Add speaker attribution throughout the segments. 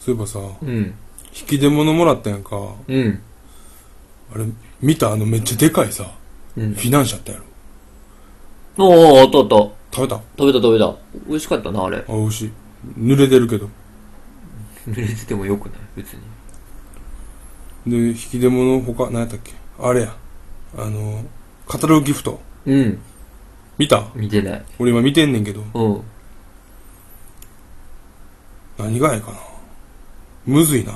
Speaker 1: そういえばさ、
Speaker 2: うん。
Speaker 1: 引き出物もらったやんか。
Speaker 2: うん。
Speaker 1: あれ、見たあのめっちゃでかいさ、
Speaker 2: うん
Speaker 1: フ。ィナンシャったやろ。
Speaker 2: おー、あったあった。
Speaker 1: 食べた
Speaker 2: 食べた食べた。美味しかったな、あれ。
Speaker 1: あ、美味しい。濡れてるけど。
Speaker 2: 濡れててもよくない別に。
Speaker 1: で、引き出物他、何やったっけあれや。あの、カタログギフト。
Speaker 2: うん。
Speaker 1: 見た
Speaker 2: 見てない。
Speaker 1: 俺今見てんねんけど。
Speaker 2: うん。
Speaker 1: 何がええかな。むずいな。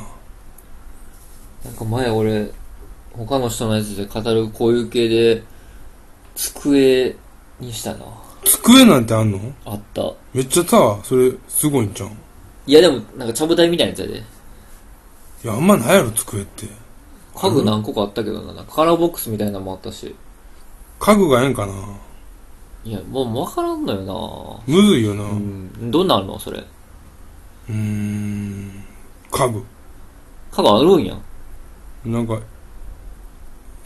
Speaker 2: なんか前俺、他の人のやつで語るこういう系で、机にしたな。
Speaker 1: 机なんてあんの
Speaker 2: あった。
Speaker 1: めっちゃさ、それ、すごいんじゃん。い
Speaker 2: いやでも、なんかちゃぶ台みたいなやつやで。
Speaker 1: や、あんまないやろ、机って。
Speaker 2: 家具何個かあったけどな。なんかカラーボックスみたいなのもあったし。
Speaker 1: 家具がええんかな。
Speaker 2: いや、もうわからんのよ
Speaker 1: むずいよな。
Speaker 2: な
Speaker 1: う
Speaker 2: うん。どんなんあるのそれ。
Speaker 1: ーん。家具。
Speaker 2: 家具あるんやん。
Speaker 1: なんか、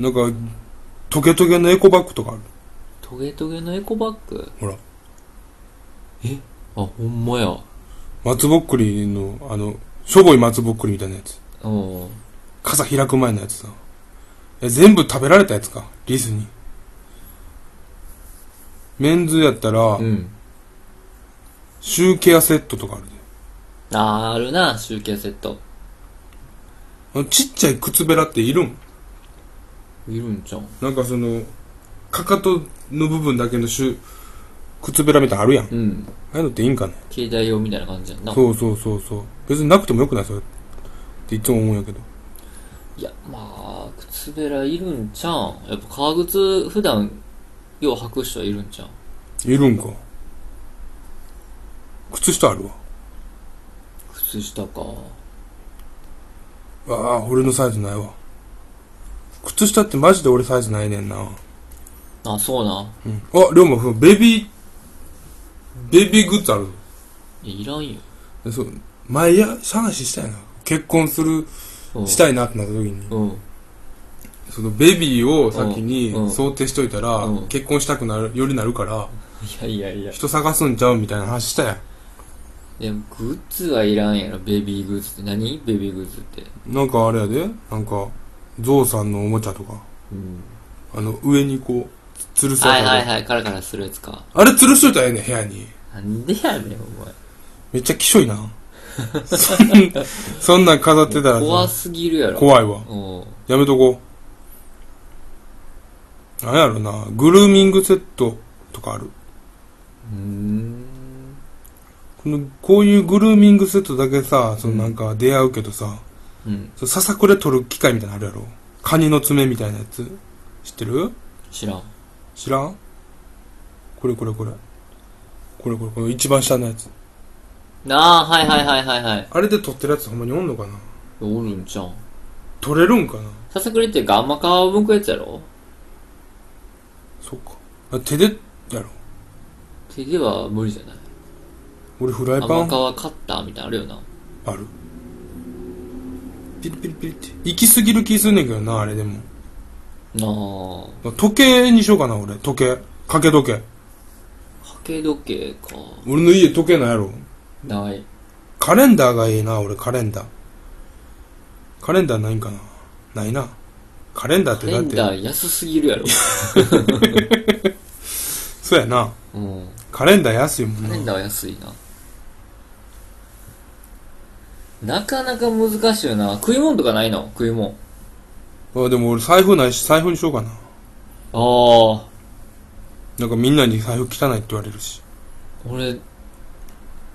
Speaker 1: なんか、トゲトゲのエコバッグとかある。
Speaker 2: トゲトゲのエコバッグ
Speaker 1: ほら。
Speaker 2: えあ、ほんまや。
Speaker 1: 松ぼっくりの、あの、しょぼい松ぼっくりみたいなやつ。
Speaker 2: うん。
Speaker 1: 傘開く前のやつさ。え、全部食べられたやつか。リスに。メンズやったら
Speaker 2: う、ん。
Speaker 1: シューケアセットとかあるで。
Speaker 2: あーあるな、集計セット。
Speaker 1: あのちっちゃい靴べらっているん
Speaker 2: いるんじゃん。
Speaker 1: なんかその、かかとの部分だけのシュ、靴べらみたいなのあるやん。あ
Speaker 2: うん。
Speaker 1: あいうのっていいんかね
Speaker 2: 携帯用みたいな感じやんな。
Speaker 1: そうそうそうそう。別になくてもよくないそれ。っていつも思うんやけど。
Speaker 2: いや、まあ、靴べらいるんちゃうん。やっぱ革靴、普段、よう履く人はいるんちゃうん。
Speaker 1: いるんか。靴下あるわ。
Speaker 2: 靴下か。
Speaker 1: ああ、俺のサイズないわ。靴下ってマジで俺サイズないねんな。
Speaker 2: あ、そうな。
Speaker 1: うん。あ、りょうま、ベビー、ベビーグッズある。
Speaker 2: いやいらんよ。
Speaker 1: えそう。前や、話したいな。結婚する、
Speaker 2: うん
Speaker 1: したいなってなった時に、
Speaker 2: うん。
Speaker 1: そのベビーを先に
Speaker 2: うん
Speaker 1: 想定しといたら
Speaker 2: うん、
Speaker 1: 結婚したくなる、よりなるから、
Speaker 2: いやいやいや。
Speaker 1: 人探すんちゃうみたいな話したやん。
Speaker 2: でも、グッズはいらんやろ。ベビーグッズって何ベビーグッズって。
Speaker 1: なんかあれやで、なんか、ゾウさんのおもちゃとか、
Speaker 2: うん。
Speaker 1: あの、上にこう、つ吊るすやつ
Speaker 2: は
Speaker 1: あ
Speaker 2: い
Speaker 1: る
Speaker 2: はいはい、カラカラするやつか。
Speaker 1: あれ吊るしといたらええねん、部屋に。
Speaker 2: なんでやねん、お前。
Speaker 1: めっちゃきしょいな。そん な、そんなん飾ってたらさ
Speaker 2: 怖すぎるやろ。
Speaker 1: 怖いわ。
Speaker 2: うん。
Speaker 1: やめとこう。なんやろな、グルーミングセットとかある。
Speaker 2: うーん。
Speaker 1: このこういうグルーミングセットだけさ、そのなんか出会うけどさ、
Speaker 2: うん。
Speaker 1: そのささくれ取る機械みたいなのあるやろ。カニの爪みたいなやつ。知ってる
Speaker 2: 知らん。
Speaker 1: 知らんこれこれこれ。これこれ、この一番下のやつ。
Speaker 2: なあ、はいはいはいはいはい。
Speaker 1: あれで取ってるやつほんまにおんのかな
Speaker 2: おるんちゃうん。
Speaker 1: 取れるんかな
Speaker 2: ささくれってガンマ皮を剥くやつやろ
Speaker 1: そっか。あ手で、やろ。
Speaker 2: 手では無理じゃない。
Speaker 1: 俺フライ
Speaker 2: ガン
Speaker 1: パ
Speaker 2: マ
Speaker 1: ン
Speaker 2: 皮カッターみたいなのあるよな。
Speaker 1: あるピリピリピリって行き過ぎる気すんねんけどなあれでも
Speaker 2: な
Speaker 1: 時計にしようかな俺時計掛け時計
Speaker 2: あ、かけ時計か。
Speaker 1: 俺の家時計なんやろ
Speaker 2: ない。
Speaker 1: カレンダーがいいな俺カレンダーカレンダーないんかなないなカレンダーっ
Speaker 2: カ
Speaker 1: てだ
Speaker 2: レ
Speaker 1: っ
Speaker 2: ン
Speaker 1: て
Speaker 2: ダー安すぎるやろ。
Speaker 1: そうやな
Speaker 2: うん。
Speaker 1: カレンダー安いも
Speaker 2: カレン
Speaker 1: んな
Speaker 2: ダーは安いな。なかなか難しいよな。食い物とかないの食い物。
Speaker 1: あでも俺財布ないし財布にしようかな
Speaker 2: ああ。
Speaker 1: なんかみんなに財布汚いって言われるし
Speaker 2: 俺、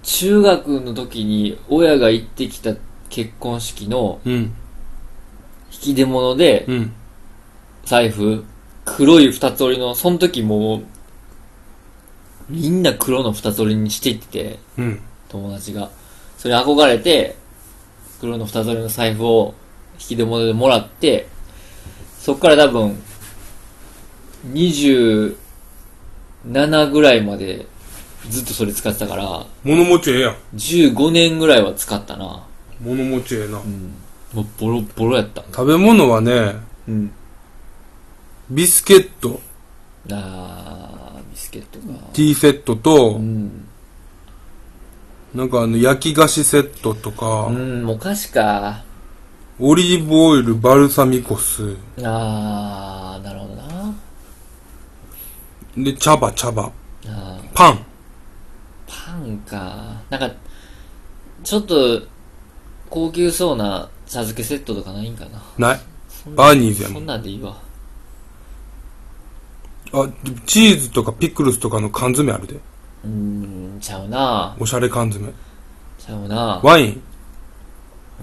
Speaker 2: 中学の時に親が行ってきた結婚式の
Speaker 1: うん
Speaker 2: 引き出物で、
Speaker 1: うん
Speaker 2: 財布、黒い二つ折りの、その時もう、みんな黒の二つ折りにしていってて、
Speaker 1: うん
Speaker 2: 友達が。それ憧れて、黒の二つ折りの財布を引き出物でもらって、そっから多分、27ぐらいまでずっとそれ使ってたから、
Speaker 1: 物持ちええやん
Speaker 2: 15年ぐらいは使ったな。
Speaker 1: 物持ちええな
Speaker 2: うん。もうボロボロやった。
Speaker 1: 食べ物はね
Speaker 2: うん。
Speaker 1: ビスケット
Speaker 2: あー、ビスケットが。
Speaker 1: ティーセットと、
Speaker 2: うん。
Speaker 1: なんかあの、焼き菓子セットとか、
Speaker 2: うん、お菓子か。
Speaker 1: オリーブオイル、バルサミコ酢、
Speaker 2: あー、なるほどな。
Speaker 1: で、茶葉、茶葉、
Speaker 2: あー
Speaker 1: パン。
Speaker 2: パンか。なんか、ちょっと、高級そうな茶漬けセットとかないんかな。
Speaker 1: ない。
Speaker 2: そんな
Speaker 1: バーニーズやも
Speaker 2: そ
Speaker 1: ん
Speaker 2: ん。なんでいいわ。
Speaker 1: あ、でもチーズとかピクルスとかの缶詰あるで。
Speaker 2: うーん、ちゃうな。
Speaker 1: おしゃれ缶詰。
Speaker 2: ちゃうな。
Speaker 1: ワイン、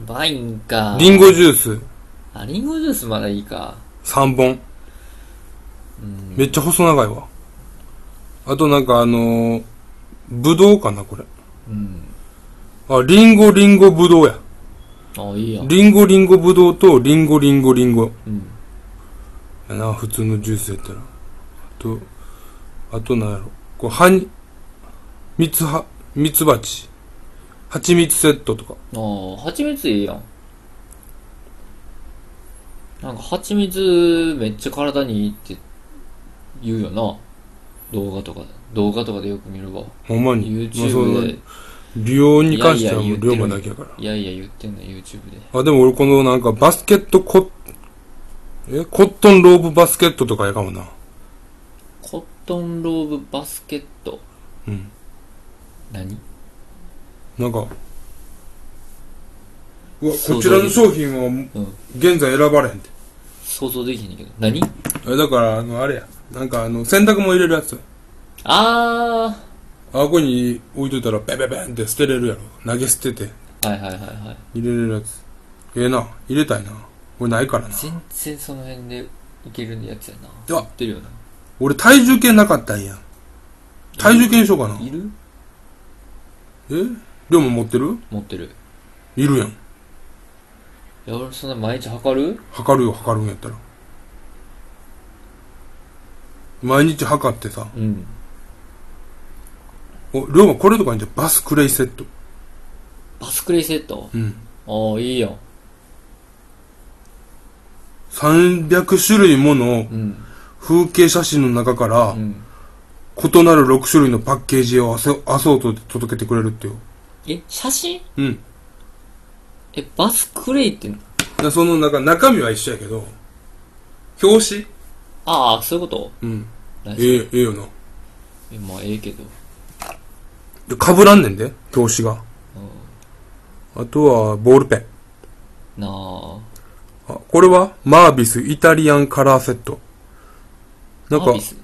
Speaker 2: ワインか。
Speaker 1: リンゴジュース、
Speaker 2: あ、リンゴジュースまだいいか。
Speaker 1: 3本。
Speaker 2: うん。
Speaker 1: めっちゃ細長いわ。あとなんかあのー、ぶどうかな、これ。
Speaker 2: うん。
Speaker 1: あ、リンゴ、リンゴ、ぶどうや。
Speaker 2: あ、いいやん。
Speaker 1: リンゴ、リンゴ、ぶどうと、リンゴ、リンゴ、リンゴ。
Speaker 2: うん。
Speaker 1: やな、普通のジュースやったら。あと、あとなんやろ。こう、はに、蜜つは、蜜蜂蜂蜜セットとか。
Speaker 2: ああ、蜂蜜いいやん。なんか蜂蜜めっちゃ体にいいって言うよな。動画とかで。動画とかでよく見るわ。
Speaker 1: ほんまに。まあ
Speaker 2: YouTube で。
Speaker 1: そう利用に関してはいもう、龍
Speaker 2: やいや言ってる
Speaker 1: 馬だけやから。
Speaker 2: いやいや言ってんの YouTube で。
Speaker 1: あ、でも俺このなんかバスケットコえ、コットンローブバスケットとかやかもな。
Speaker 2: コットンローブバスケット。
Speaker 1: うん。
Speaker 2: 何
Speaker 1: なんか、うわ、
Speaker 2: そう
Speaker 1: こちらの商品は
Speaker 2: うん。
Speaker 1: 現在選ばれへんて。
Speaker 2: 想像できへんねんけど。何
Speaker 1: え、だから、あの、あれや。なんかあの、洗濯も入れるやつ。
Speaker 2: あ
Speaker 1: あこに置いといたら、ペペペンって捨てれるやろ。投げ捨てて、
Speaker 2: ー。はいはいはいはい。
Speaker 1: 入れれるやつ。ええな。入れたいな。これないからな。
Speaker 2: 全然その辺でいけるやつやな。
Speaker 1: いや
Speaker 2: 売ってるよな。
Speaker 1: 俺体重計なかったんや。体重計にしようかな。
Speaker 2: いる
Speaker 1: え龍馬持ってる
Speaker 2: 持ってる。
Speaker 1: いるやん。
Speaker 2: いや、俺そんな毎日測る
Speaker 1: 測るよ、測るんやったら。毎日測ってさ。
Speaker 2: うん。
Speaker 1: お、龍馬これとかにじゃバスクレイセット。
Speaker 2: バスクレイセット
Speaker 1: うん。
Speaker 2: ああ、いいやん。
Speaker 1: 300種類もの
Speaker 2: うん。
Speaker 1: 風景写真の中か
Speaker 2: う
Speaker 1: ら、
Speaker 2: ん。
Speaker 1: 異なる6種類のパッケージをアソアソートで届けてくれるってよ。
Speaker 2: え、写真
Speaker 1: うん。
Speaker 2: え、バスクレイって、
Speaker 1: でそのなんか中身は一緒やけど、表紙
Speaker 2: ああ、そういうこと
Speaker 1: うん。
Speaker 2: 何それ
Speaker 1: ええ、ええよな。
Speaker 2: え、まあ、ええけど。
Speaker 1: で、被らんねんで、表紙が。あとは、ボールペン。
Speaker 2: なあ。
Speaker 1: あ、これは、マービスイタリアンカラーセット。なん
Speaker 2: マ
Speaker 1: か
Speaker 2: ービ、ス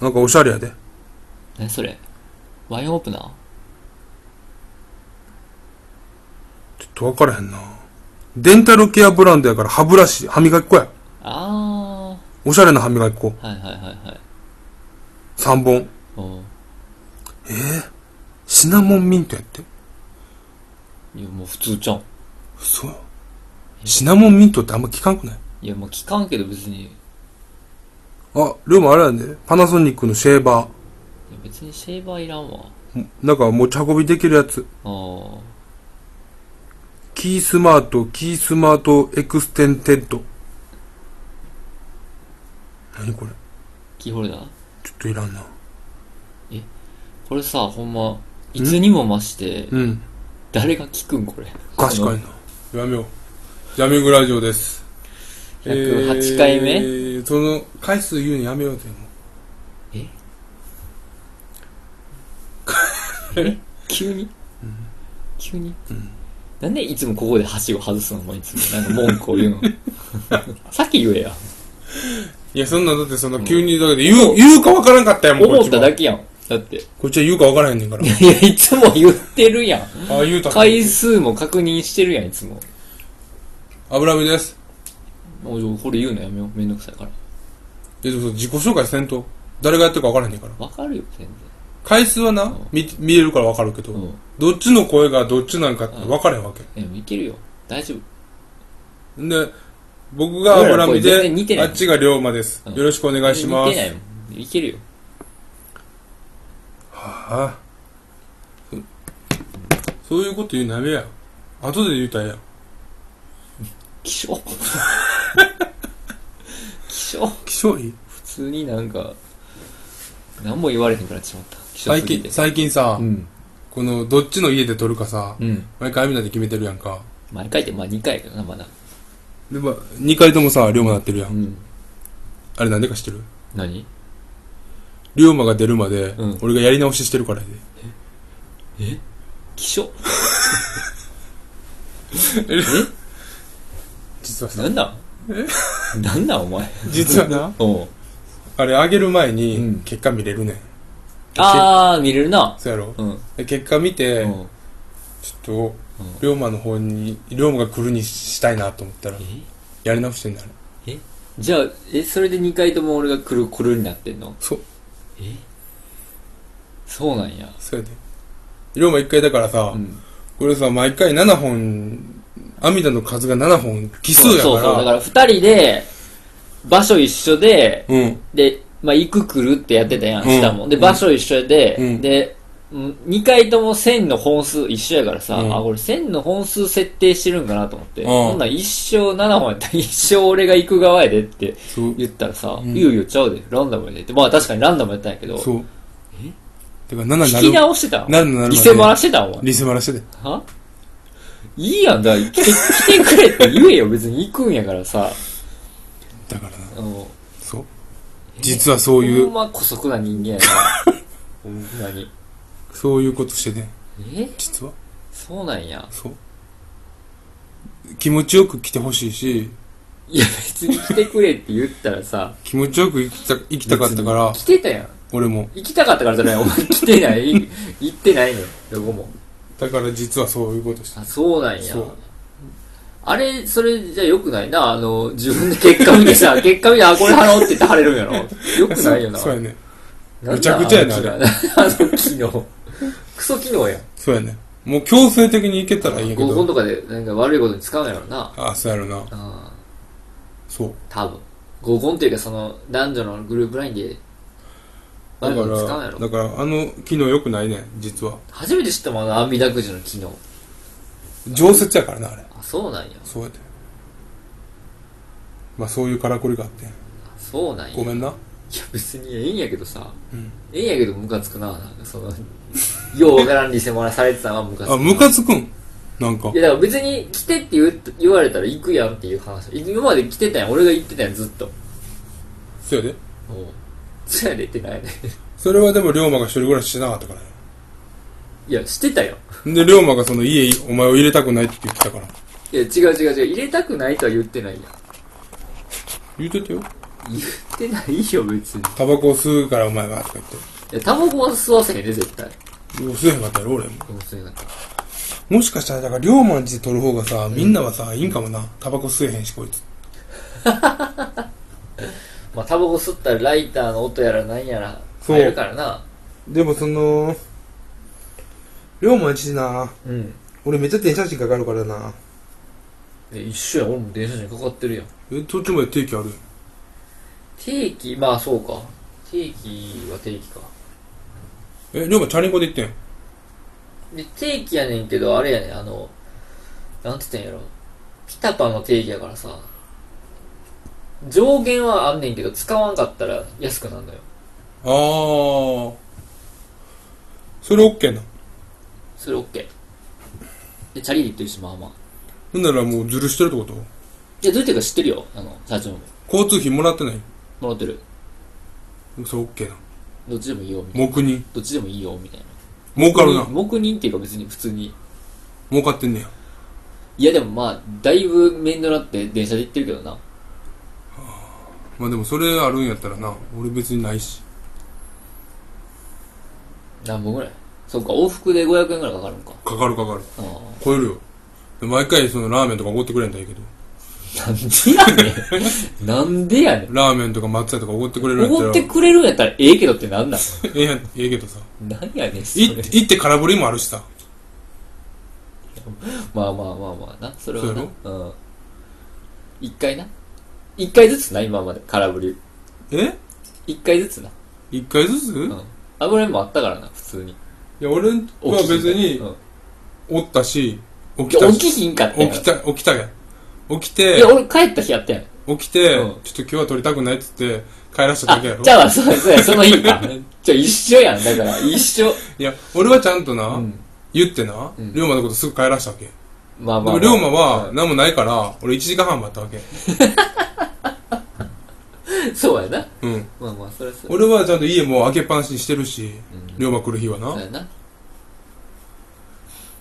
Speaker 1: なんかおしゃれやで。
Speaker 2: 何それワインオープナー
Speaker 1: ちょっとわからへんな。デンタルケアブランドやから歯ブラシ、歯磨き粉や。
Speaker 2: あ
Speaker 1: おしゃれな歯磨き粉。
Speaker 2: あ。はいはいはいはい。
Speaker 1: 3本。
Speaker 2: おう
Speaker 1: シナモンミントやって。
Speaker 2: いや、もう普通じゃん。
Speaker 1: 嘘やシナモンミントってあんま聞かんくない
Speaker 2: いや、もう聞かんけど別に、いや
Speaker 1: あ、ルームあれやで。パナソニックのシェーバ
Speaker 2: 別にシェーバーいらんわ。
Speaker 1: ー。なんか持ち運びできるやつ。
Speaker 2: ああ。
Speaker 1: キースマート、キースマートエクステンテッド。何これ
Speaker 2: キーホルダー
Speaker 1: ちょっといらんな。
Speaker 2: これさ、ほんま、いつにも増して、
Speaker 1: うん。
Speaker 2: 誰が聞くんこれ。
Speaker 1: 確かにな。やめよう。ジャミングラジオです。
Speaker 2: 108回目
Speaker 1: えーその、回数言うのやめようぜ、も
Speaker 2: 急に、急に、
Speaker 1: うん
Speaker 2: なんでいつもここで箸を外すのもういつもなんか文句を言う のさっき言えや
Speaker 1: う。いや、そんな、だってその、急に、だけで言う、言うかわからんかったやもん、こ
Speaker 2: 思
Speaker 1: っ
Speaker 2: っ
Speaker 1: ち
Speaker 2: た
Speaker 1: は。
Speaker 2: だけやんだってい
Speaker 1: こっちは言うかわからへんねんから。
Speaker 2: やいつも言ってるやん
Speaker 1: ああ、言うた。
Speaker 2: 回数も確認してるやんいつも
Speaker 1: 油身です。
Speaker 2: もうこれ言うのやめようめんどくさいから
Speaker 1: え、でもその自己紹介せんと。誰がやってるかわからへんねんから。
Speaker 2: わかるよ全
Speaker 1: 回数はな、見、見れるからわかるけど、
Speaker 2: 然
Speaker 1: どっちの声がどっちなんかってわからへんわけ。
Speaker 2: うんえいけるよ大丈夫
Speaker 1: で、僕が油身
Speaker 2: 俺らこれ全然似て
Speaker 1: で、あ
Speaker 2: ない
Speaker 1: っちが龍馬です。
Speaker 2: うん
Speaker 1: よろしくお願いしま
Speaker 2: いけない
Speaker 1: す。
Speaker 2: もんいけるよ
Speaker 1: はぁ、そそういうこと言うのやめや。後で言うたらええやん。
Speaker 2: 気 象気象
Speaker 1: 気象いい
Speaker 2: 普通になんか何も言われへんくなっちまった気象
Speaker 1: 最
Speaker 2: すぎ
Speaker 1: 近、
Speaker 2: て
Speaker 1: 最近さ、
Speaker 2: うん
Speaker 1: この、どっちの家で撮るかさ、
Speaker 2: うん。
Speaker 1: 毎回みんなで決めてるやんか。
Speaker 2: 毎回って、まあ2回やけどな、まだ。
Speaker 1: で、まあ、2回ともさ、龍馬なってるやん。
Speaker 2: ん。
Speaker 1: あれなんでか知ってる
Speaker 2: 何
Speaker 1: 龍馬が出るまで、
Speaker 2: うん
Speaker 1: 俺がやり直ししてるからや
Speaker 2: 気象
Speaker 1: で。え
Speaker 2: え
Speaker 1: 実はさ
Speaker 2: な、んだ なんだお前。
Speaker 1: 実はな、
Speaker 2: おう
Speaker 1: あれ上げる前
Speaker 2: うん
Speaker 1: に、結果見れるねん。
Speaker 2: あー、見れるな。
Speaker 1: そうやろ
Speaker 2: うん。
Speaker 1: で結果見て、
Speaker 2: うん
Speaker 1: ちょっと、龍馬の方に、龍馬が来るにしたいなと思ったら、
Speaker 2: え
Speaker 1: やり直してんだよ。
Speaker 2: じゃあ、え、それで2回とも俺が来る、来るになってんの
Speaker 1: そう、
Speaker 2: えそうなんや。
Speaker 1: そうやで。龍馬一回だからさ、
Speaker 2: うん。
Speaker 1: これさ、毎回7本、涙の数が7本、奇数
Speaker 2: そう
Speaker 1: やから。
Speaker 2: そうそう。だから2人で、場所一緒で、
Speaker 1: うん。
Speaker 2: で、まあ、行く来るってやってたやん、
Speaker 1: うん
Speaker 2: 下も。で、場所一緒で、
Speaker 1: うん
Speaker 2: で、2回とも線の本数一緒やからさ、
Speaker 1: うん
Speaker 2: あ、これ線の本数設定してるんかなと思って、
Speaker 1: ん
Speaker 2: こんなん一生7本やったら 一生俺が行く側やでって
Speaker 1: そう。
Speaker 2: 言ったらさ、
Speaker 1: うん
Speaker 2: いよいよちゃうで、ランダムやでって。まあ確かにランダムやったんやけど、
Speaker 1: そう。てか7
Speaker 2: 引
Speaker 1: な
Speaker 2: き
Speaker 1: る。
Speaker 2: 直してたの
Speaker 1: なるなる。
Speaker 2: リセマラしてたんお前。
Speaker 1: リセマラしてて。
Speaker 2: はいいやんだ、来て、来てくれって言えよ、別に行くんやからさ。
Speaker 1: だからな。
Speaker 2: あの
Speaker 1: そう。実はそうい
Speaker 2: ほん
Speaker 1: う、
Speaker 2: ま古速な人間 やな。ほんまに。
Speaker 1: そういうことしてね。
Speaker 2: え
Speaker 1: 実は。
Speaker 2: そうなんや。
Speaker 1: そう。気持ちよく来てほしいし、
Speaker 2: いや、別に来てくれって言ったらさ、
Speaker 1: 気持ちよく生きた、生きたかったから、
Speaker 2: 来てたやん。
Speaker 1: 俺も。
Speaker 2: 行きたかったからじゃない。お前来てない。 行ってないのよ。どこも。
Speaker 1: だから実はそういうことして
Speaker 2: あ、そうなんや
Speaker 1: そう。
Speaker 2: あれ、それじゃ良くないな。あの、自分で結果見てさ、 結果見て、あ、これ払おうって言って払えるんやろ。良くないよな。
Speaker 1: そうやね。
Speaker 2: なんだ
Speaker 1: むちゃくちゃやな
Speaker 2: あの機能 あの機能。クソ機能やん。
Speaker 1: そうやね。もう強制的にいけたらいいんやけ
Speaker 2: 合コン
Speaker 1: ど。
Speaker 2: とかでなんか悪いことに使うんやろな。
Speaker 1: あ、そうやろな。
Speaker 2: うん。
Speaker 1: そう。
Speaker 2: 多分合コンっていうかその男女のグループラインで
Speaker 1: だ
Speaker 2: 誰
Speaker 1: か
Speaker 2: も使うんや
Speaker 1: ら、
Speaker 2: ろ
Speaker 1: だからあの機能良くないね、実は。
Speaker 2: 初めて知ったもんあのアンビダくじの機能
Speaker 1: 常設やからな、あれ。
Speaker 2: あそうなんや
Speaker 1: そうやって。まあそういうからくりがあって。
Speaker 2: あそうなんや
Speaker 1: ごめんな。
Speaker 2: いや別にええんやけどさ
Speaker 1: うん。
Speaker 2: ええんやけどムカつくななんかその ようわからんリセマラされてたのはムカつく
Speaker 1: あ、ムカつくんなんか
Speaker 2: い。やだから別に来てって言う言われたら行くやんっていう話今まで来てたやん俺が行ってたやんずっと
Speaker 1: そうやで。
Speaker 2: おうそやでってないね
Speaker 1: それはでも龍馬が一人暮らししてなかったからよ
Speaker 2: いやしてたよ
Speaker 1: で、龍馬がその家、お前を入れたくないって言ってたから。
Speaker 2: いや違う違う違う入れたくないとは言ってないやん
Speaker 1: 言うてたよ。
Speaker 2: 言ってないよ別に
Speaker 1: タバコを吸うからお前は、とか言って。
Speaker 2: いやタバコは吸わせへんで絶対
Speaker 1: 吸えへんかったやろ、俺も。
Speaker 2: 面白いな
Speaker 1: もしかしたら、だから、龍馬んちで撮る方がさ、みんなはさ、いいんかもな。タバコ吸えへんし、こいつ。
Speaker 2: まあタバコ吸ったらライターの音やらなんやら
Speaker 1: そう
Speaker 2: 入るからな
Speaker 1: でも、その、龍馬んちな、
Speaker 2: うん
Speaker 1: 俺めっちゃ電車賃かかるからな。
Speaker 2: で一緒や俺も電車にかかってるやん
Speaker 1: え、途中まで定期ある
Speaker 2: 定期まあそうか定期は定期か
Speaker 1: え、龍馬チャリンコで行ってん。
Speaker 2: で定期やねんけどあれやねんあのなんつってんやろピタパンの定期やからさ上限はあんねんけど使わんかったら安くなるのよ
Speaker 1: あー。それオッケーな。
Speaker 2: それ OK でチャリで行ってるしまあまあ
Speaker 1: なんならもうずるしてるってこと
Speaker 2: いやどうやってるか知ってるよあの社長も
Speaker 1: 交通費もらってない
Speaker 2: もらってる
Speaker 1: それオッケーな。
Speaker 2: どっちでもいいよみたいな
Speaker 1: 黙認。
Speaker 2: どっちでもいいよみたいな
Speaker 1: 儲かるな。
Speaker 2: 黙認っていうか別に普通に。
Speaker 1: 儲かってんねや。
Speaker 2: いやでもまあ、だいぶ面倒なって電車で行ってるけどな。
Speaker 1: まあでもそれあるんやったらな、俺別にないし。
Speaker 2: 何本ぐらいそっか、往復で500円ぐらいかかるのか。
Speaker 1: かかるかかる。
Speaker 2: あ
Speaker 1: 超えるよ。で毎回そのラーメンとか奢ってくれんだんやけど。
Speaker 2: あ。 なんでや ねん。なんでやねん。
Speaker 1: ラーメンとか松屋とか奢ってくれるんやった
Speaker 2: 奢
Speaker 1: ら。
Speaker 2: ってくれるんやったらええけどってなんなん
Speaker 1: ええやん、ええけどさ。
Speaker 2: なんやねん、それ
Speaker 1: い、。行って空振りもあるしさ。
Speaker 2: まあまあまあまあな。それは
Speaker 1: そ
Speaker 2: な。
Speaker 1: う
Speaker 2: ううん。一回な。一回ずつな、今まで。空振り。
Speaker 1: え
Speaker 2: 一回ずつな。
Speaker 1: 一回ずつ、
Speaker 2: う
Speaker 1: い
Speaker 2: ん。油絵もあったからな、普通に。
Speaker 1: や、俺は
Speaker 2: 起きひん
Speaker 1: 別に
Speaker 2: う、ん
Speaker 1: おったし、起
Speaker 2: い
Speaker 1: き
Speaker 2: や
Speaker 1: た
Speaker 2: 起
Speaker 1: し。
Speaker 2: きひんかった
Speaker 1: 起
Speaker 2: よ。
Speaker 1: きた、起きたやん。起き
Speaker 2: い
Speaker 1: て
Speaker 2: や、、俺帰った日やったやん。
Speaker 1: 起きて、
Speaker 2: うん
Speaker 1: ちょっと今日は撮りたくないっつって帰らしただけやろ
Speaker 2: じゃあ、そうそうや、そのいい か。じゃあ一緒やん、だから、一緒。
Speaker 1: いや俺はちゃんとな、
Speaker 2: うん。
Speaker 1: 言ってな、
Speaker 2: うん
Speaker 1: 龍馬のことすぐ帰らしたわけ
Speaker 2: まあ
Speaker 1: で
Speaker 2: まあま
Speaker 1: も
Speaker 2: あ。
Speaker 1: 龍馬は何もないから俺1時間半待ったわけ
Speaker 2: そうやな。
Speaker 1: うん
Speaker 2: まあまあ、それはそう。
Speaker 1: 俺はちゃんと家もう開けっぱなしにしてるし
Speaker 2: うん
Speaker 1: 龍馬来る日はな、
Speaker 2: そうやな。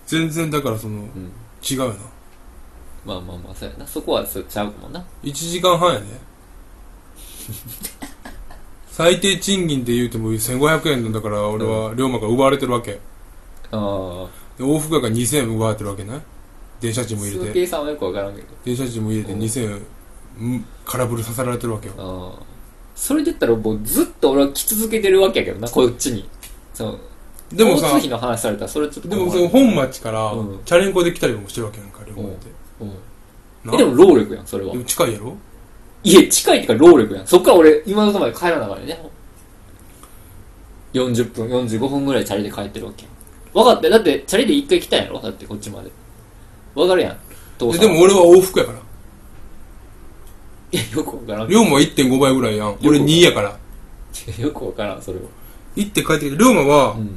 Speaker 1: 全然だからその
Speaker 2: うん。
Speaker 1: 違うよな
Speaker 2: まあまあまあ、そうやな。そこはそうちゃうかもな。
Speaker 1: 1時間 半やね最低賃金で言うても1500円のだから俺は龍馬が奪われてるわけで
Speaker 2: ああ。
Speaker 1: 往復が2000円奪われてるわけね電車賃も入
Speaker 2: 数
Speaker 1: れて
Speaker 2: 計算はよくわからんけど。
Speaker 1: 電車賃も入れて
Speaker 2: うん
Speaker 1: 2000円うん空振りさせられてるわけよ
Speaker 2: ああ。それで言ったらもうずっと俺は来続けてるわけやけどな、こっちに。その、
Speaker 1: でもさ
Speaker 2: 交通費の話されたらそれちょっと
Speaker 1: で
Speaker 2: 困る。
Speaker 1: もその本町から
Speaker 2: うん
Speaker 1: チャリンコで来たりもしてるわけやんか龍馬って
Speaker 2: うん。
Speaker 1: な
Speaker 2: え、でも労力やん、それは
Speaker 1: で。も近いやろ
Speaker 2: いや、近いってか労力やん。そっから俺、今のとこまで帰らなあかんね。40分、45分ぐらいチャリで帰ってるわけやん。分かって、だってチャリで一回来たんやろだってこっちまで。分かるやん。父
Speaker 1: え
Speaker 2: さん
Speaker 1: でも俺は往復やから
Speaker 2: いや、よく分からん。
Speaker 1: 龍馬は1.5倍ぐらいやん
Speaker 2: よ
Speaker 1: 俺
Speaker 2: く
Speaker 1: 2やから
Speaker 2: よく分からん、それは。
Speaker 1: 行って帰ってきて龍馬は
Speaker 2: うん。
Speaker 1: も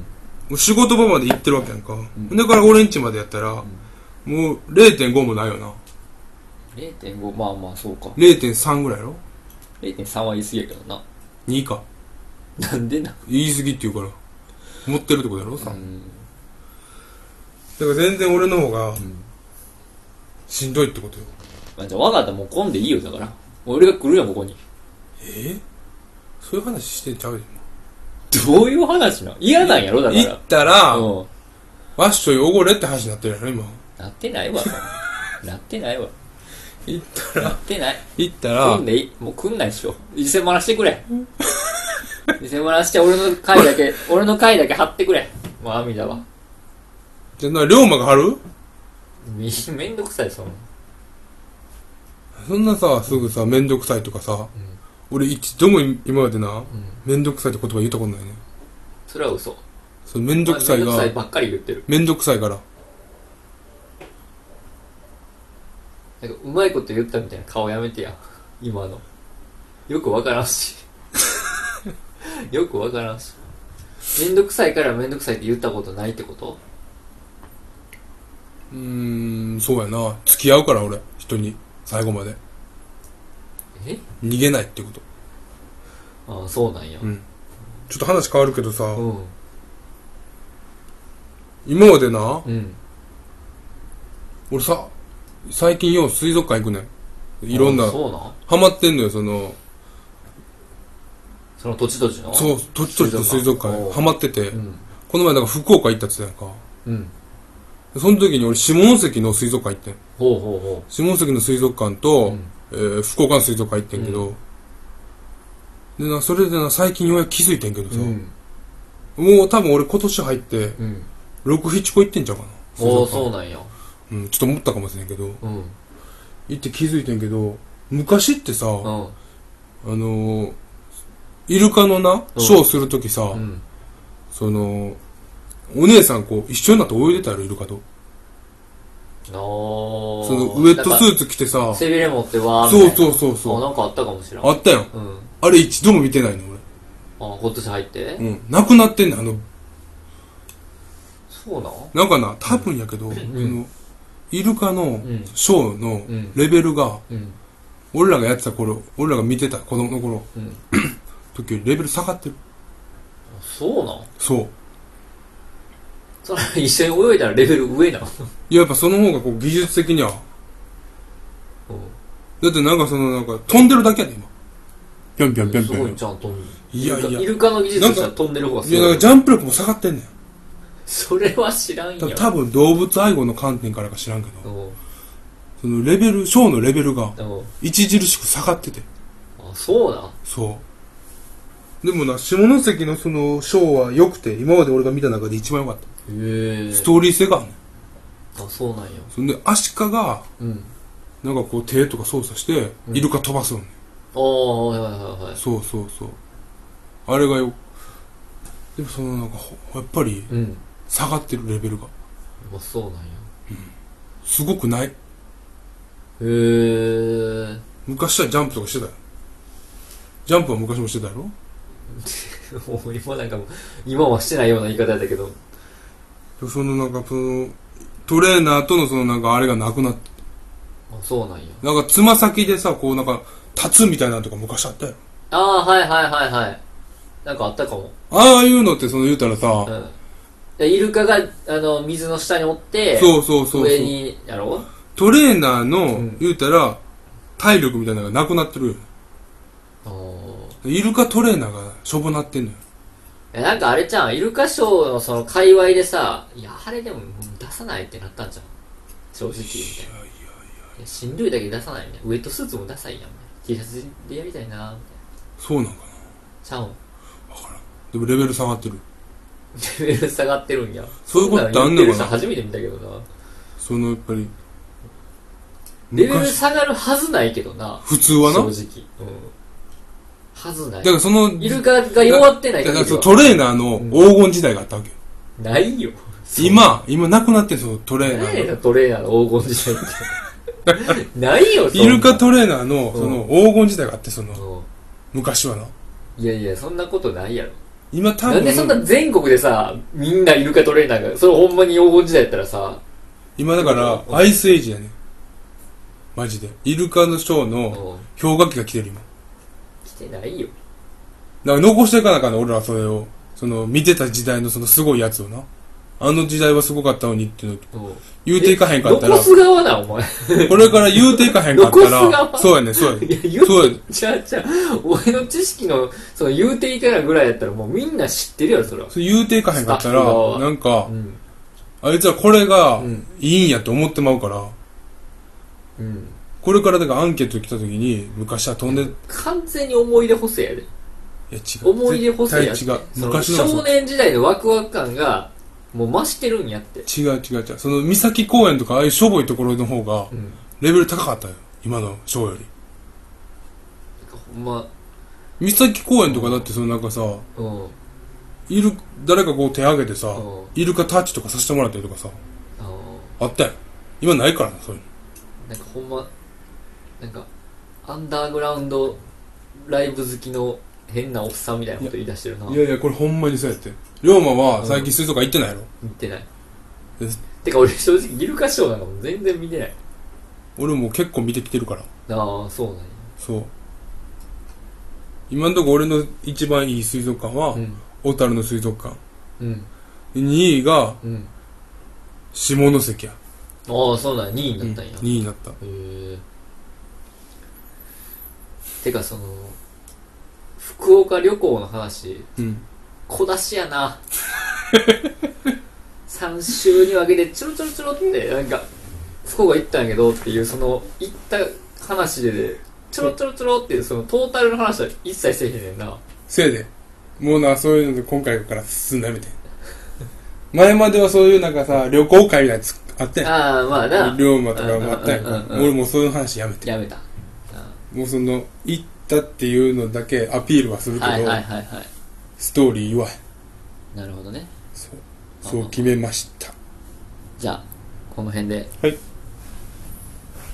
Speaker 1: う仕事場まで行ってるわけやんか、
Speaker 2: ん
Speaker 1: だから俺んちまでやったら、もう0.5もないよな
Speaker 2: 0.5、まあまあ、そうか。
Speaker 1: 0.3ぐらいやろ
Speaker 2: 0.3は言い過ぎやけどな。
Speaker 1: 2か
Speaker 2: なんでな。
Speaker 1: 言い過ぎって言うから持ってるってことやろ
Speaker 2: う
Speaker 1: さ、だ
Speaker 2: ん。
Speaker 1: から全然俺の方が
Speaker 2: ん
Speaker 1: しんどいってことよ
Speaker 2: まあ、じゃあ分かった、もう混んでいいよ、だから。俺が来るやん、ここに。
Speaker 1: えそういう話してんちゃうで
Speaker 2: どういう話なの嫌なんやろ、だか
Speaker 1: 行
Speaker 2: ら
Speaker 1: っ。たら、
Speaker 2: うん。
Speaker 1: わっしょいおごれって話になってるやろ今
Speaker 2: なってないわ。なってないわ。
Speaker 1: 行った
Speaker 2: な
Speaker 1: ら
Speaker 2: ってない。
Speaker 1: 行った
Speaker 2: 来
Speaker 1: ら
Speaker 2: んでいい。もう来んないでしょ。偽セマラしてくれ。偽セマラして俺の回だけ、俺の回だけ貼ってくれ。もう網だわ。
Speaker 1: じゃあな龍馬が張る
Speaker 2: みめんどくさい、その。
Speaker 1: そんなさすぐさめんどくさいとかさ、俺一度も今までなめんどくさいって言葉言ったことないね
Speaker 2: それは嘘。
Speaker 1: そのめんどくさい
Speaker 2: めんどくさい
Speaker 1: が
Speaker 2: ばっかり言ってる。
Speaker 1: めんどくさいから
Speaker 2: なんかうまいこと言ったみたいな顔やめてや。今の。よくわから んし。よくわからんし。めんどくさいからめんどくさいって言ったことないってこと
Speaker 1: うーんそうやな付き合うから俺人に最後まで
Speaker 2: え
Speaker 1: 逃げないってこと
Speaker 2: ああ、そうなんや。
Speaker 1: うんちょっと話変わるけどさ、
Speaker 2: うん。
Speaker 1: 今までな
Speaker 2: うん。
Speaker 1: 俺さ最近よう水族館行くねんいろんな
Speaker 2: ああそうなん
Speaker 1: ハマってんのよその
Speaker 2: その土地土地の
Speaker 1: そうとっとりと水族
Speaker 2: 水族
Speaker 1: 館
Speaker 2: 館
Speaker 1: ハマってて、
Speaker 2: うん。
Speaker 1: この前なんか福岡行ったって言ってたやんか
Speaker 2: うん。
Speaker 1: その時に俺下関の水族館行ってん
Speaker 2: ほうほうほ
Speaker 1: 下関の水族館と、
Speaker 2: うん
Speaker 1: えー福岡の水族館行ってんけど、でなそれでな最近ようやく気づいてんけど
Speaker 2: う。
Speaker 1: さ、もう多分俺今年入って
Speaker 2: うん。
Speaker 1: 67個行ってんちゃうかな
Speaker 2: おお、
Speaker 1: 水族
Speaker 2: そう
Speaker 1: 館
Speaker 2: なんや。
Speaker 1: うん、ちょっと思ったかもしれんけど
Speaker 2: うん。
Speaker 1: 行って気づいてんけど昔ってさ、
Speaker 2: う
Speaker 1: あ
Speaker 2: ん。
Speaker 1: のーイルカのな
Speaker 2: うん
Speaker 1: ショーするときさ、
Speaker 2: うん。
Speaker 1: そのお姉さんこう一緒になって泳いでたやろイルカと
Speaker 2: おー
Speaker 1: そのウエットス
Speaker 2: なん
Speaker 1: ーツ着てさ
Speaker 2: か背びれ持ってわーみた
Speaker 1: そ
Speaker 2: いうな。
Speaker 1: そうそう
Speaker 2: あ、
Speaker 1: そ
Speaker 2: なんかあったかもしれ。
Speaker 1: うんあったやん
Speaker 2: うん。
Speaker 1: あれ一度も見てないの
Speaker 2: あ、今年入って
Speaker 1: 俺うんなくなってんねんあの
Speaker 2: そうなん
Speaker 1: なんかな、多分やけど、その、イルカの
Speaker 2: ん
Speaker 1: ショーの
Speaker 2: うん
Speaker 1: レベルが、
Speaker 2: うん。
Speaker 1: 俺らがやってた頃、俺らが見てた子供の頃、
Speaker 2: うん。
Speaker 1: 時よりレベル下がってる。
Speaker 2: そうなん
Speaker 1: そう。
Speaker 2: それ一緒に泳いだらレベル上なの
Speaker 1: いややっぱその方がこう技術的には、
Speaker 2: う
Speaker 1: だってなんかそのなんか飛んでるだけやで、今。ぴょんぴょんぴょん
Speaker 2: ん。す
Speaker 1: ぴょ
Speaker 2: ごい
Speaker 1: ん。
Speaker 2: じゃん、飛んでる。
Speaker 1: いやいや
Speaker 2: イルカの技術としては飛んでる方がす
Speaker 1: いや、なん
Speaker 2: ご
Speaker 1: か
Speaker 2: い
Speaker 1: ジ。ャンプ力も下がってんねん。
Speaker 2: それは知らん
Speaker 1: た
Speaker 2: よ。
Speaker 1: 多分動物愛護の観点からか知らんけ
Speaker 2: う
Speaker 1: ど、
Speaker 2: ん。
Speaker 1: そのレベル、ショーのレベルが
Speaker 2: うん。
Speaker 1: 著しく下がってて。
Speaker 2: あ、そうなん
Speaker 1: そう。でもな、下関のそのショーは良くて、今まで俺が見た中で一番良かった。
Speaker 2: へえ
Speaker 1: ストーリー性があるねん
Speaker 2: あ、そうなんや。
Speaker 1: そんでアシカが
Speaker 2: うん。
Speaker 1: なんかこう手とか操作して
Speaker 2: うん
Speaker 1: イルカ飛ばすのね、
Speaker 2: ああ、はいはいはいはい。
Speaker 1: そうそうそうあれがよでもそのなんかほやっぱり
Speaker 2: うん。
Speaker 1: 下がってるレベルが
Speaker 2: まあ、そうなんや。
Speaker 1: すごくない
Speaker 2: へえ。
Speaker 1: 昔はジャンプとかしてたよジャンプは昔もしてたやろ
Speaker 2: もう今なんかもう今はしてないような言い方だけど
Speaker 1: でそのなんかそのトレーナーとのそのなんかあれがなくなって
Speaker 2: あそうなんや
Speaker 1: なんかつま先でさこうなんか立つみたいなのとか昔あったよ
Speaker 2: ああはいはいはいはいなんかあったかも
Speaker 1: ああいうのってその言うたらさ
Speaker 2: うんでイルカがあの水の下におって
Speaker 1: そうそうそうそう
Speaker 2: 上にやろ
Speaker 1: トレーナーの、
Speaker 2: うん
Speaker 1: 言うたら体力みたいなのがなくなってるよ
Speaker 2: あー
Speaker 1: イルカトレーナーがしょぼなってんのよ
Speaker 2: えなんかあれじゃんイルカショーのその界隈でさいやあれでも出さないってなったんじゃん正直みたいない
Speaker 1: やい
Speaker 2: いやしんどいだけ出さないみたいなウェットスーツもダサいやん T シャツでやりたいなみたいな
Speaker 1: そうなんかな
Speaker 2: ちゃうん
Speaker 1: でもレベル下がってる
Speaker 2: レベル下がってるんや
Speaker 1: そういうことってあんの
Speaker 2: そ
Speaker 1: か
Speaker 2: な
Speaker 1: な
Speaker 2: 言ってる人初めて見たけどな
Speaker 1: そのやっぱり
Speaker 2: レベル
Speaker 1: 昔
Speaker 2: 下がるはずないけどな
Speaker 1: 普通はな
Speaker 2: 正直うんはずない
Speaker 1: だからその
Speaker 2: イルカが弱ってない
Speaker 1: だ
Speaker 2: 限
Speaker 1: から
Speaker 2: り
Speaker 1: その
Speaker 2: は
Speaker 1: トレーナーの黄金時代があったわけよ、
Speaker 2: ないよ
Speaker 1: 今今なくなってるそのトレーナ
Speaker 2: 誰
Speaker 1: ー
Speaker 2: が
Speaker 1: が
Speaker 2: トレーナーの黄金時代ってないよそんな
Speaker 1: イルカトレーナーの
Speaker 2: ん
Speaker 1: その黄金時代があってその
Speaker 2: うん
Speaker 1: 昔はない
Speaker 2: やいやそんなことないやろ
Speaker 1: 今多
Speaker 2: なんでそんな
Speaker 1: 分
Speaker 2: 全国でさみんなイルカトレーナーがそれほんまに黄金時代やったらさ
Speaker 1: 今だからアイスエイジやねマジでイルカのショー
Speaker 2: う
Speaker 1: の
Speaker 2: ん
Speaker 1: 氷河期が来てる今
Speaker 2: 来てないよ
Speaker 1: だから残していかなあかんね俺らそれをその見てた時代のそのすごいやつをなあの時代はすごかったのにっていうの
Speaker 2: うん
Speaker 1: 言うていかへんかったら
Speaker 2: 残す側なお前い
Speaker 1: これから言うていかへんかった
Speaker 2: 残す側
Speaker 1: らそうやねそうやね
Speaker 2: や言う
Speaker 1: そうや
Speaker 2: ちゃうちゃう俺の知識のその言うていからぐらいやったらもうみんな知ってるやろそれは
Speaker 1: それ言うていかへんかった
Speaker 2: スタッフ側
Speaker 1: ら
Speaker 2: は
Speaker 1: なんか
Speaker 2: うん
Speaker 1: あいつはこれ
Speaker 2: う
Speaker 1: が
Speaker 2: ん
Speaker 1: いいんやと思ってまうから
Speaker 2: うん
Speaker 1: これからだからアンケート来た時に昔は飛んでい
Speaker 2: 完全に思い出補正やで
Speaker 1: や違う
Speaker 2: 思い出補正やって
Speaker 1: 絶対違う
Speaker 2: その
Speaker 1: 昔のはそ
Speaker 2: 少
Speaker 1: う
Speaker 2: 年時代のワクワク感がもう増してるんやって
Speaker 1: 違う違う違うその三崎公園とかああいうしょぼいところの方が
Speaker 2: うん
Speaker 1: レベル高かったよ今のショーより
Speaker 2: ほんま
Speaker 1: 三崎公園とかだってそのなんかさ
Speaker 2: うんうん
Speaker 1: いる誰かこう手挙げてさ、
Speaker 2: うん
Speaker 1: イルカタッチとかさせてもらったりとかさ
Speaker 2: あ
Speaker 1: あったよ今ないからなそういう
Speaker 2: ーなんかほんまなんかアンダーグラウンドライブ好きの変なおっさんみたいなこと言い出してるな
Speaker 1: のいやいやこれほんまにそうやって龍馬は最近水族館行ってないやろ、
Speaker 2: 見てない
Speaker 1: え
Speaker 2: てか俺正直イルカショーなんかもう全然見てない
Speaker 1: 俺も結構見てきてるから
Speaker 2: ああそうなんや
Speaker 1: そう今んとこ俺の一番いい水族館は
Speaker 2: うん
Speaker 1: 小樽、の水族館
Speaker 2: うん
Speaker 1: 2位が
Speaker 2: うん
Speaker 1: 下関や
Speaker 2: ああそうなんや2位になったんや、
Speaker 1: 2位になった
Speaker 2: へえてかその福岡旅行の話
Speaker 1: うん
Speaker 2: 小出しや な3週に分けてチョロチョロチョロってなんか福岡行ったんやけどっていうその行った話でチョロチョロチョロっていうそのトータルの話は一切せえへんねんな
Speaker 1: せいでもうなそういうので今回から進んだみたい前まではそういうなんかさ旅行会みたいなやつあってん
Speaker 2: ああまあな
Speaker 1: 龍馬とかもあったやん
Speaker 2: うんうんうん
Speaker 1: か
Speaker 2: うん
Speaker 1: 俺もうそういう話やめて
Speaker 2: やめた
Speaker 1: もうその行ったっていうのだけアピールはするけど、
Speaker 2: はいはいはいは
Speaker 1: ストーリーは
Speaker 2: いなるほどね
Speaker 1: そうそう決めました
Speaker 2: じゃあこの辺で
Speaker 1: はい